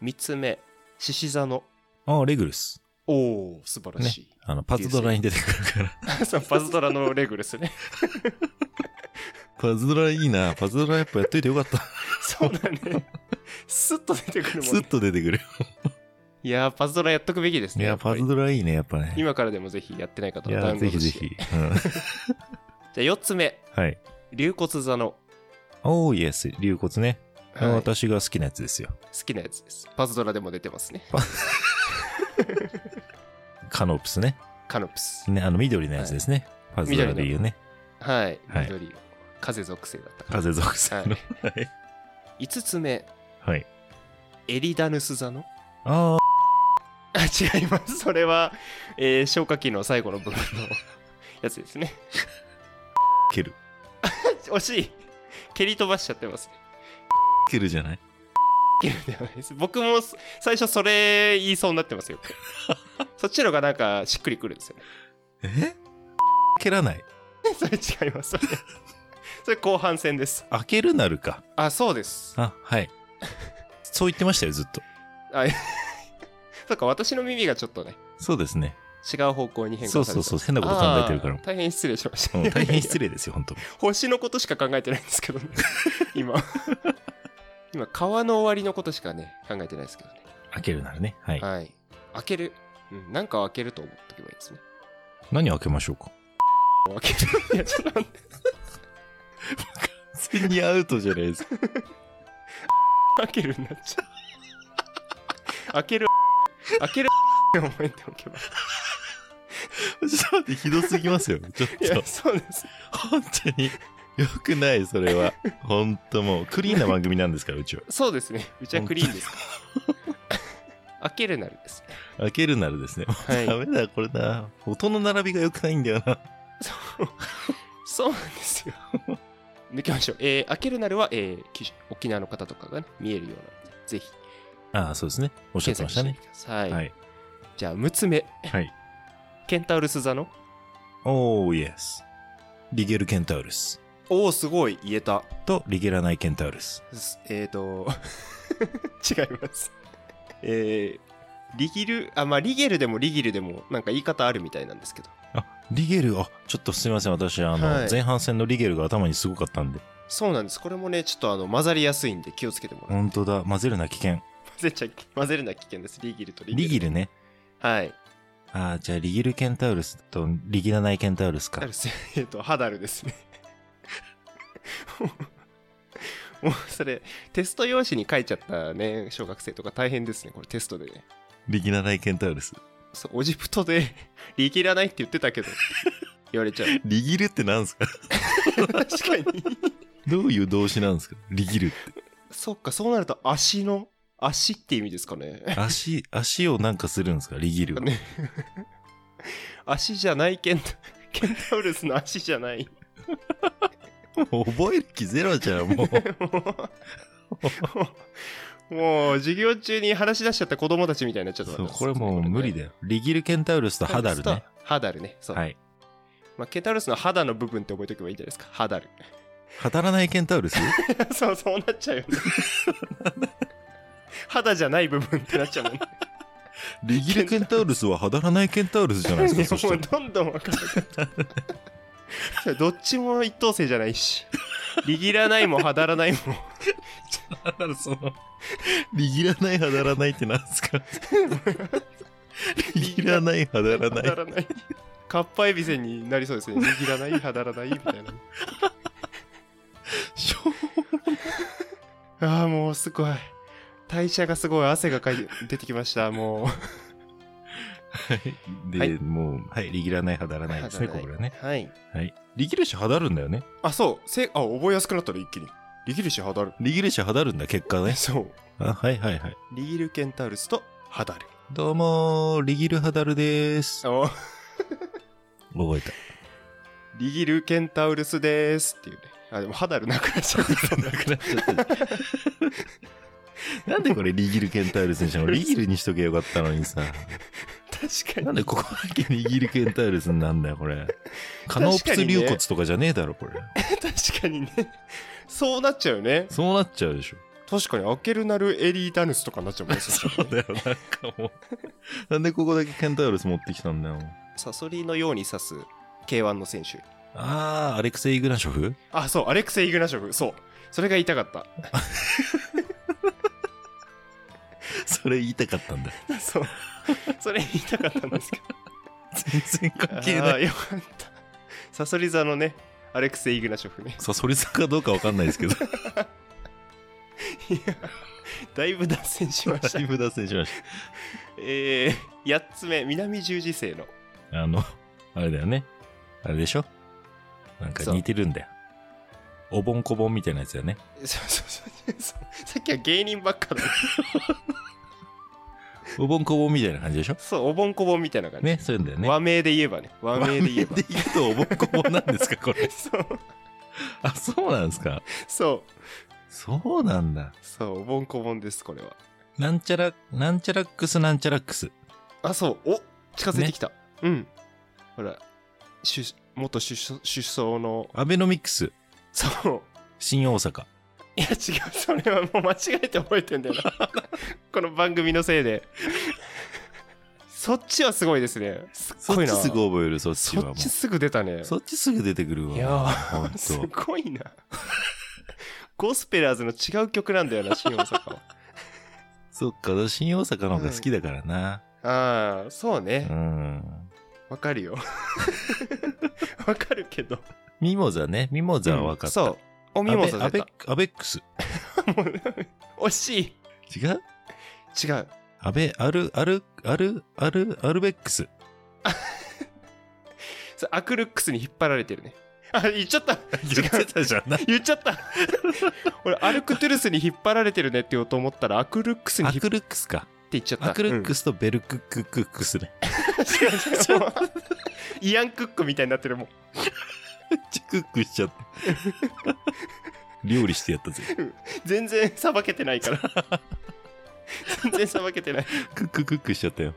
Speaker 1: 三つ目、獅子座の。
Speaker 2: ああ、レグルス。
Speaker 1: おお、素晴らしい。
Speaker 2: あの、パズドラに出てくるか ら。
Speaker 1: そうパズドラのレグルスね。
Speaker 2: パズドラいいな。パズドラやっぱやっといてよかった。
Speaker 1: そうだね。スッと出てくるも
Speaker 2: ス
Speaker 1: ん
Speaker 2: ッ
Speaker 1: ね。
Speaker 2: と出てくる。
Speaker 1: いやー、パズドラやっとくべきです
Speaker 2: い
Speaker 1: ね。
Speaker 2: や、
Speaker 1: ぱ
Speaker 2: パ
Speaker 1: り
Speaker 2: ズドラいいね、やっぱね。
Speaker 1: 今からでもぜひやってない方
Speaker 2: い
Speaker 1: はダウン
Speaker 2: や、
Speaker 1: ロ
Speaker 2: ぜ
Speaker 1: ー
Speaker 2: ひ
Speaker 1: ド
Speaker 2: ぜ
Speaker 1: して。
Speaker 2: ひ。うん。
Speaker 1: じゃあ四つ目、
Speaker 2: はい。
Speaker 1: 龍骨座の。
Speaker 2: おー、イエス。竜骨ね。あ
Speaker 1: はい
Speaker 2: 私が好きなやつですよ。
Speaker 1: 好きなやつです。パズドラでも出てますね。
Speaker 2: カノプスね。
Speaker 1: カノプス。
Speaker 2: ね、あの、緑のやつですね。パズドラで言うね。
Speaker 1: はい。
Speaker 2: はい
Speaker 1: 緑、風属性だったから。
Speaker 2: 風属性の。はい。
Speaker 1: 5つ目、
Speaker 2: はい。
Speaker 1: エリダヌス座の。
Speaker 2: あ
Speaker 1: あ、違います。それは、えー消化器の最後の部分のやつですね。
Speaker 2: ー、蹴る。
Speaker 1: 惜しい。蹴り飛ばしちゃってますね。
Speaker 2: 蹴るじゃない
Speaker 1: 蹴るではないです僕もそ最初それ言いそうになって ますよ。そっちのがなんかしっくりくるんですよね。
Speaker 2: え蹴らない。
Speaker 1: それ違います。そ れそれ後半戦です。
Speaker 2: 開けるなるか。
Speaker 1: あ、そうです。
Speaker 2: あ、 はい。そう言ってましたよ、ずっと。
Speaker 1: あ、そうか、私の耳がちょっとね、
Speaker 2: そうです ね。
Speaker 1: 違う方向に変化さ
Speaker 2: そ
Speaker 1: れ
Speaker 2: う
Speaker 1: て
Speaker 2: そうそ
Speaker 1: う
Speaker 2: う、変なこと考えてるから。
Speaker 1: 大変失礼しました、
Speaker 2: うん大変失
Speaker 1: 礼
Speaker 2: 礼ですよ、本当
Speaker 1: 星のことしか考えてないんです けどね今今川の終わりのことしかね考えてないですけどね
Speaker 2: 開けるならね。はい。
Speaker 1: はい開ける、うん、なんか開けると思っておけばいいですね
Speaker 2: 何開けましょうか。
Speaker 1: 開けるいやちょっと待って
Speaker 2: 全にアウトじゃないですか。
Speaker 1: 開けるになっちゃう。開ける、開けるって思えておけば。
Speaker 2: ちょっと待って、ひどすぎますよ。ちょっ
Speaker 1: いや、
Speaker 2: と、
Speaker 1: そうです。
Speaker 2: 本当に。よくない、それは。本当もう、クリーンな番組なんですから、うちは。
Speaker 1: そうですね。うちはクリーン ですから。開けるなるです。
Speaker 2: 開けるならですね。もう
Speaker 1: はい
Speaker 2: ダメだ、これだ。音の並びが良くないんだよな。
Speaker 1: そうなんですよ。抜きましょう。えー、開けるなるは、えー、九州沖縄の方とかがね、見えるようなので、ぜひ、
Speaker 2: ああ、そうですね。おっしゃ
Speaker 1: 検
Speaker 2: ってま
Speaker 1: 索
Speaker 2: し
Speaker 1: したてみ
Speaker 2: ね
Speaker 1: て。ください。
Speaker 2: はい。
Speaker 1: じゃあ、6つ目。
Speaker 2: はい。
Speaker 1: ケンタウルス座の。
Speaker 2: おー、イエス。リゲルケンタウルス
Speaker 1: おお、すごい、言えた。
Speaker 2: とリゲラナイケンタウルス。
Speaker 1: すえーと、 違います。えー、リギル、あ、まあ、リゲルでもリギルでも、なんか言い方あるみたいなんですけど。
Speaker 2: あ、リゲル、あ、ちょっとすみません。私、あの、
Speaker 1: はい
Speaker 2: 前半戦のリゲルが頭にすごかったんで。
Speaker 1: そうなんです。これもね、ちょっとあの混ざりやすいんで気をつけてもらって。
Speaker 2: 本当だ。混ぜるな危険。
Speaker 1: 混ぜちゃいけ、混ぜるのは危険です。リギルとリギ
Speaker 2: リ
Speaker 1: ル。
Speaker 2: ギルね。
Speaker 1: はい。
Speaker 2: ああ、じゃあ、リギルケンタウルスとリギラナイケンタウルス
Speaker 1: ダ
Speaker 2: か
Speaker 1: ル。ス、えっと、ハダルですね。 もうそれ、テスト用紙に書いちゃったね、小学生とか大変ですね、これテストでね。
Speaker 2: リギラナイケンタウルス。
Speaker 1: そう、オジプトで、 力らないって言ってたけど、言われちゃう。
Speaker 2: リギルってなんですか
Speaker 1: 確かに。
Speaker 2: どういう動詞なんですかリギルって。
Speaker 1: そっか、そうなると足の、足って意味ですかね。
Speaker 2: 足、 足をなんかするんですかリギルは。
Speaker 1: ね足じゃないケンタ、ケンタウルスの足じゃない。
Speaker 2: もう覚える気ゼロじゃん、もう。
Speaker 1: もう、もう授業中に話し出しちゃった子供たちみたいになっちゃった
Speaker 2: そう、これもう無理
Speaker 1: で。
Speaker 2: だよ。リギルケンタウルスとハダルね。。
Speaker 1: ハダルね。そう。
Speaker 2: はい。
Speaker 1: まあ、ケンタウルスの肌の部分って覚えておけばいいんじゃないですか。ハダル。
Speaker 2: 働らないケンタ ウルス
Speaker 1: そう、そうなっちゃうよね。 肌じゃない部分ってなっちゃうもんね。
Speaker 2: リギルケンタウルスは働らないケンタウルスじゃない
Speaker 1: い
Speaker 2: で
Speaker 1: や
Speaker 2: すか、そ
Speaker 1: も
Speaker 2: し
Speaker 1: うどんどん分かんなくなっちゃ った。どっちも一等星じゃないし。握らないも肌らないも。
Speaker 2: たら。その、リギらない、働らないってなんですかリギらない、働らな
Speaker 1: 肌
Speaker 2: い。
Speaker 1: らない。かっぱえびせんになりそうですね。握らない、肌らないみたいな。
Speaker 2: しょ
Speaker 1: ああ、もうすごい。代謝がすごい汗がかいて出てきま した。もう。
Speaker 2: で、
Speaker 1: はい
Speaker 2: もう、はい、リギらない、働らないですね、こ
Speaker 1: 肌
Speaker 2: こ
Speaker 1: ら
Speaker 2: ら
Speaker 1: な
Speaker 2: ね
Speaker 1: い。はい。
Speaker 2: はい。リギルシ肌るんだよね。
Speaker 1: あ、そう。せあ、覚えやすくなったら一気に。握るし肌る。
Speaker 2: リギルシ肌るんだ、結果ね。
Speaker 1: そう。
Speaker 2: あ、はいはいはい。
Speaker 1: リールケンタウルスとハダル。
Speaker 2: どうもー、リギル肌るでーす。
Speaker 1: お
Speaker 2: 覚 えた。
Speaker 1: リギルケンタウルスでーすっていうね。あ、でもハダルなくなっ ちゃった。
Speaker 2: なくなっちゃった。なんでこれリギルケンタウルスにしたのリギルにしとけよかったのにさ。
Speaker 1: 確かに
Speaker 2: なんでここだけリギルケンタウルスになんだよ、これ。カノプス流骨とかじゃねえだろ、これ。
Speaker 1: 確かにね。そうなっちゃうよね。
Speaker 2: そうなっちゃうでしょ。
Speaker 1: 確かに、アケルナルエリータヌスとかになっちゃうも んね。そしたらね
Speaker 2: だよ、なんかもう。 なんでここだけケンタウルス持ってきたんだよ。
Speaker 1: サソリのように刺す K1 の選手。
Speaker 2: あー、アレクセイ・イグナショフ
Speaker 1: あ、そう、アレクセイ・イグナショフ。そう。それが言いたかった。
Speaker 2: それ言いたかったんだ。
Speaker 1: そう。 それ言いたかったんですけ ど。
Speaker 2: 全然関係
Speaker 1: あ
Speaker 2: ない。
Speaker 1: ーよかった。サソリ座のね、アレクセイ・イグナショフね。
Speaker 2: さ、それさかどうかわかんないですけ ど、
Speaker 1: いや、だいぶ脱線しました
Speaker 2: だい。ぶ脱線しまし
Speaker 1: えー、8つ目、南十字 星の。
Speaker 2: た。あの、あれだよね。あれでしょなんか似てるんだよ。おぼんこぼんみたいなやつだよね。
Speaker 1: そうそうそうそう。さっきは芸人ばっかだ。
Speaker 2: おぼんこぼんみたいな感じでしょ
Speaker 1: そう、おぼんこぼんみたいな感じ。
Speaker 2: ね、そういうんだよね。
Speaker 1: 和名で言えばね。和名で言えば
Speaker 2: 和名。言うとおぼんこぼんなんですか、こ れ。
Speaker 1: そう、
Speaker 2: あ、そうなんですか。
Speaker 1: そう、
Speaker 2: そうなんだ。
Speaker 1: そう、おぼんこぼんです、これは。
Speaker 2: なんちゃら、なんちゃらっくすなんちゃらっくす。
Speaker 1: あ、そう、お近づいてきた。うん。ほら、首元首相首相の、
Speaker 2: アベノミクス、
Speaker 1: そう。
Speaker 2: 新大阪。
Speaker 1: いや、違う、それはもう間違えて覚えてんだよ な。この番組のせいで。そっちはすごいですね。すっご
Speaker 2: そ
Speaker 1: い
Speaker 2: っ
Speaker 1: な。
Speaker 2: ちすぐ覚える、そっちは
Speaker 1: そ
Speaker 2: も
Speaker 1: っ
Speaker 2: う。
Speaker 1: ちすぐ出たね。
Speaker 2: そっちすぐ出てくるわ。
Speaker 1: いや
Speaker 2: ほん
Speaker 1: ー、
Speaker 2: と
Speaker 1: すごいな。ゴスペラーズの違う曲なんだよな、新大阪 は。
Speaker 2: そっか、新大阪の方が好きだからな。
Speaker 1: ああ、そう
Speaker 2: う
Speaker 1: ね。
Speaker 2: ん。
Speaker 1: わか るよ。わかるけど。
Speaker 2: ミモザね。ミモザは分かった。
Speaker 1: そう。お見事
Speaker 2: ア
Speaker 1: 出
Speaker 2: ベ
Speaker 1: た
Speaker 2: アベアベックス。
Speaker 1: もう 惜しい
Speaker 2: 違う
Speaker 1: 違う
Speaker 2: アベ、アル、アル、アル、アル、アルベックス。
Speaker 1: それアクルックスに引っ張られてるねあ言っちゃった
Speaker 2: 言ってたじゃん。な
Speaker 1: 言っちゃった俺アルクトゥルスに引っ張られてるねって言おうと思ったらアクルックスに
Speaker 2: ア
Speaker 1: 引っ張っ
Speaker 2: クルックスか。
Speaker 1: て言っちゃった
Speaker 2: アクルック
Speaker 1: ス、
Speaker 2: スとベルクッククックスね。
Speaker 1: うんイアンクックみたいになってるもん
Speaker 2: チクックしち ゃって。料理してやったぜ。
Speaker 1: 全然さばけてないから全然さばけてない
Speaker 2: クッククックしちゃったよ。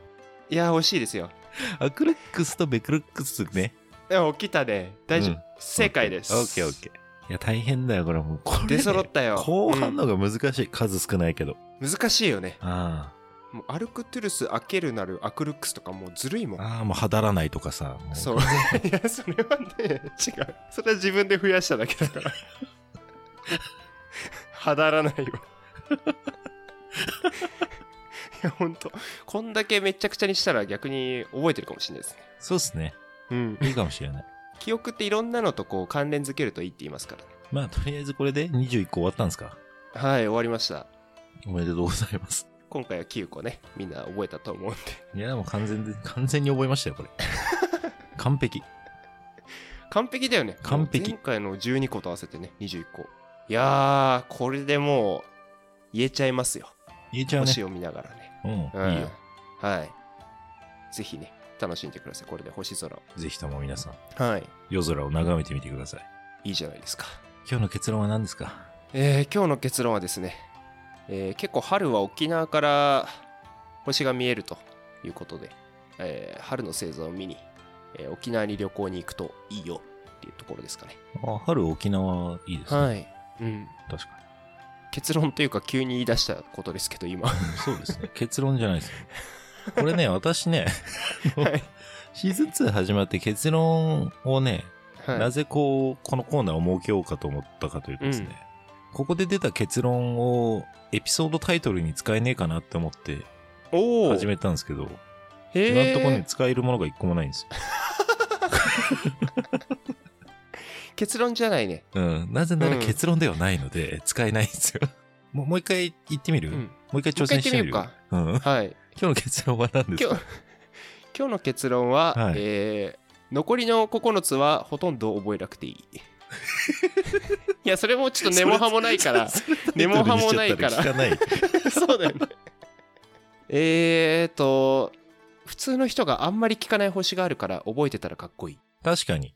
Speaker 1: いや惜しいですよ
Speaker 2: アクルックスとベクルックスね。
Speaker 1: でも起きたね大丈夫、
Speaker 2: うん
Speaker 1: 正解です
Speaker 2: オッケーオッケー。いや、大変だよ、これもう。これね、
Speaker 1: 出揃ったよ
Speaker 2: 後半のが難しい。数少ないけど。
Speaker 1: うん難しいよね
Speaker 2: あ
Speaker 1: もうアルクトゥルス開けるなるアクルックスとかもうずるいも
Speaker 2: あ。
Speaker 1: ん
Speaker 2: ああ、もう、はだらないとかさ。も
Speaker 1: そう いやそれはね違うそれは自分で増やしただけだから はだらないわ いやほんとこんだけめちゃくちゃにしたら逆に覚えてるかもしれないですね
Speaker 2: そうっすね。
Speaker 1: うん
Speaker 2: いいかもしれない。
Speaker 1: 記憶っていろんなのとこう関連づけるといいって言いますからね
Speaker 2: まあ、とりあえずこれで21個終わったんですか
Speaker 1: はい終わりました
Speaker 2: おめでとうございます。
Speaker 1: 今回は9個ねみんな覚えたと思うんで
Speaker 2: いや、もう完全で、完全に覚えまし たよ、これ。完璧。
Speaker 1: 完璧だよね
Speaker 2: 完璧
Speaker 1: 前回の12個と合わせてね21個いやーこれでもう言えちゃいますよ
Speaker 2: 言えちゃうね
Speaker 1: 星。を見ながらね、
Speaker 2: うん、
Speaker 1: うん
Speaker 2: いいよ。
Speaker 1: はいぜひね楽しんでくださいこれで星空を
Speaker 2: ぜひとも皆さん、
Speaker 1: はい
Speaker 2: 夜空を眺めてみてください。
Speaker 1: いいじゃないですか
Speaker 2: 今日の結論は何ですか
Speaker 1: えー今日の結論はですね、えー結構春は沖縄から星が見えるということで、えー春の星座を見に、えー沖縄に旅行に行くといいよっていうところですかね
Speaker 2: あ春沖縄いいですね。
Speaker 1: はい、うん、
Speaker 2: 確かに。
Speaker 1: 結論というか急に言い出したことですけど 今
Speaker 2: うんそうですね。結論じゃないですよ。こ れね、私ね、
Speaker 1: はい
Speaker 2: シーズン2始まって結論をね、
Speaker 1: はい
Speaker 2: なぜこう、このコーナーを設けようかと思ったかというとですね、ここで出た結論をエピソードタイトルに使えねえかなって思って
Speaker 1: おお
Speaker 2: 始めたんですけど、
Speaker 1: へ
Speaker 2: 今
Speaker 1: ー
Speaker 2: んとこね、使えるものが一個もないんですよ。
Speaker 1: 結論じゃないね
Speaker 2: うん。なぜなら
Speaker 1: うん
Speaker 2: 結論ではないので、使えない んですよ。もうもう一回言ってみる、
Speaker 1: うん
Speaker 2: もう一回挑戦してみる
Speaker 1: もう一回
Speaker 2: うん。今
Speaker 1: はい
Speaker 2: 日の結論は何です
Speaker 1: 今
Speaker 2: か
Speaker 1: 日今日の結論は、
Speaker 2: はい
Speaker 1: えー残りの9つはほとんど覚えなくてい いいやそれもちょっと根も葉もない からそ根も葉もないから
Speaker 2: タイトルにしちゃったら聞かない。
Speaker 1: うだよね えーと普通の人があんまり聞かない星があるから覚えてたらかっこいい
Speaker 2: 確かに。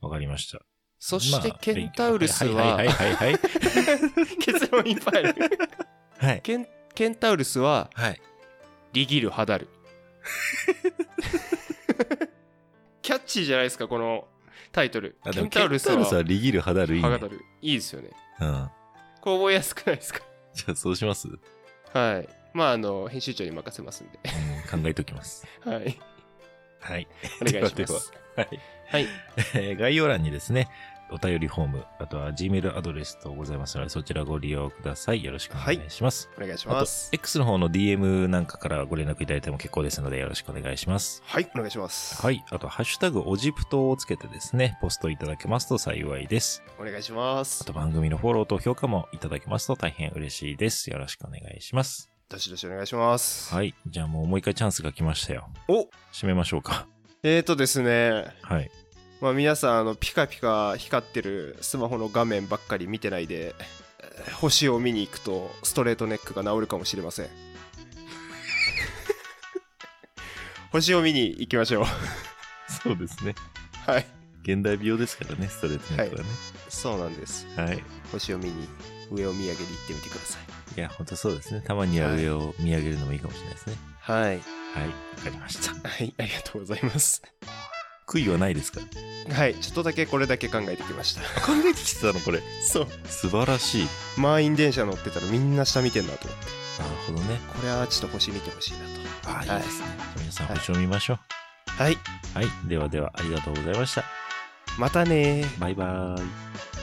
Speaker 2: わかりました。
Speaker 1: そして
Speaker 2: まあ
Speaker 1: ケンタウルスは
Speaker 2: はいはいはいはい。
Speaker 1: 結論いっぱいある
Speaker 2: はい。
Speaker 1: ケンケンタウルスは
Speaker 2: はい。
Speaker 1: リギルハ ダルキャッチーじゃないですかこのタイトル
Speaker 2: あ、で
Speaker 1: ケ
Speaker 2: も
Speaker 1: ン
Speaker 2: ケ
Speaker 1: タ
Speaker 2: ンタ
Speaker 1: ウ
Speaker 2: ウ
Speaker 1: ル
Speaker 2: ル
Speaker 1: ス
Speaker 2: ス
Speaker 1: は
Speaker 2: はリギルハダルいい、
Speaker 1: ハ
Speaker 2: ね。う
Speaker 1: ガ
Speaker 2: ん。
Speaker 1: ダ
Speaker 2: じ
Speaker 1: ルいいですよね
Speaker 2: ゃ
Speaker 1: これ覚えやすくないですか
Speaker 2: あそうします、うん、
Speaker 1: はいまああの編集長に任せますんで
Speaker 2: 考えておきます。
Speaker 1: はい
Speaker 2: はい。
Speaker 1: お願いします
Speaker 2: はい。
Speaker 1: はい
Speaker 2: えー概要欄にですね、お便りフォーム、あとは Gmail アドレスとございますので、そちらご利用ください。よろしくお願いします。
Speaker 1: お願いし
Speaker 2: あ
Speaker 1: ま
Speaker 2: と
Speaker 1: す、
Speaker 2: X の方の DM なんかからご連絡いただいても結構ですので、よろしくお願いします。
Speaker 1: はいお願いします
Speaker 2: はい。あと、ハッシュタグ、オジプトをつけてですね、ポストいただけますと幸いです。
Speaker 1: お願いしま
Speaker 2: あ
Speaker 1: す
Speaker 2: と、番組のフォローと評価もいただけますと大変嬉しいです。よろしくお願いします。
Speaker 1: どしどしお願いします、
Speaker 2: はい。じゃあもうもう一回チャンスが来ましたよ。
Speaker 1: お
Speaker 2: 締めましょうか。
Speaker 1: えーとですね
Speaker 2: はい。
Speaker 1: まあ皆さんあのピカピカ光ってるスマホの画面ばっかり見てないでえー星を見に行くとストレートネックが治るかもしれま せん星を見に行きましょう
Speaker 2: そうですね。
Speaker 1: はい
Speaker 2: 現代美容ですからね、ストレートネックはね。
Speaker 1: そうなんです
Speaker 2: はい。い、
Speaker 1: 星を見に上を見上げに行ってみてください
Speaker 2: や、ほんとそうですね。たまには上を見上げるのもいいかもしれないですね。
Speaker 1: はい
Speaker 2: はい。わかりました。
Speaker 1: はいありがとうございます
Speaker 2: 悔いはないですか考
Speaker 1: はいちょっとだけこれだけ考えてきました
Speaker 2: えてきてたの、これ。
Speaker 1: そう
Speaker 2: 素晴らしい。
Speaker 1: 満員電車乗ってたらみんな下見てんだと思って
Speaker 2: なるほどね。
Speaker 1: これはちょっと星見てほしいな
Speaker 2: あ
Speaker 1: と
Speaker 2: あ、いいですね。皆さん、星を見ましょう。
Speaker 1: はい
Speaker 2: はい。ではでは、ありがとうございました。
Speaker 1: またねー
Speaker 2: バイバーイ。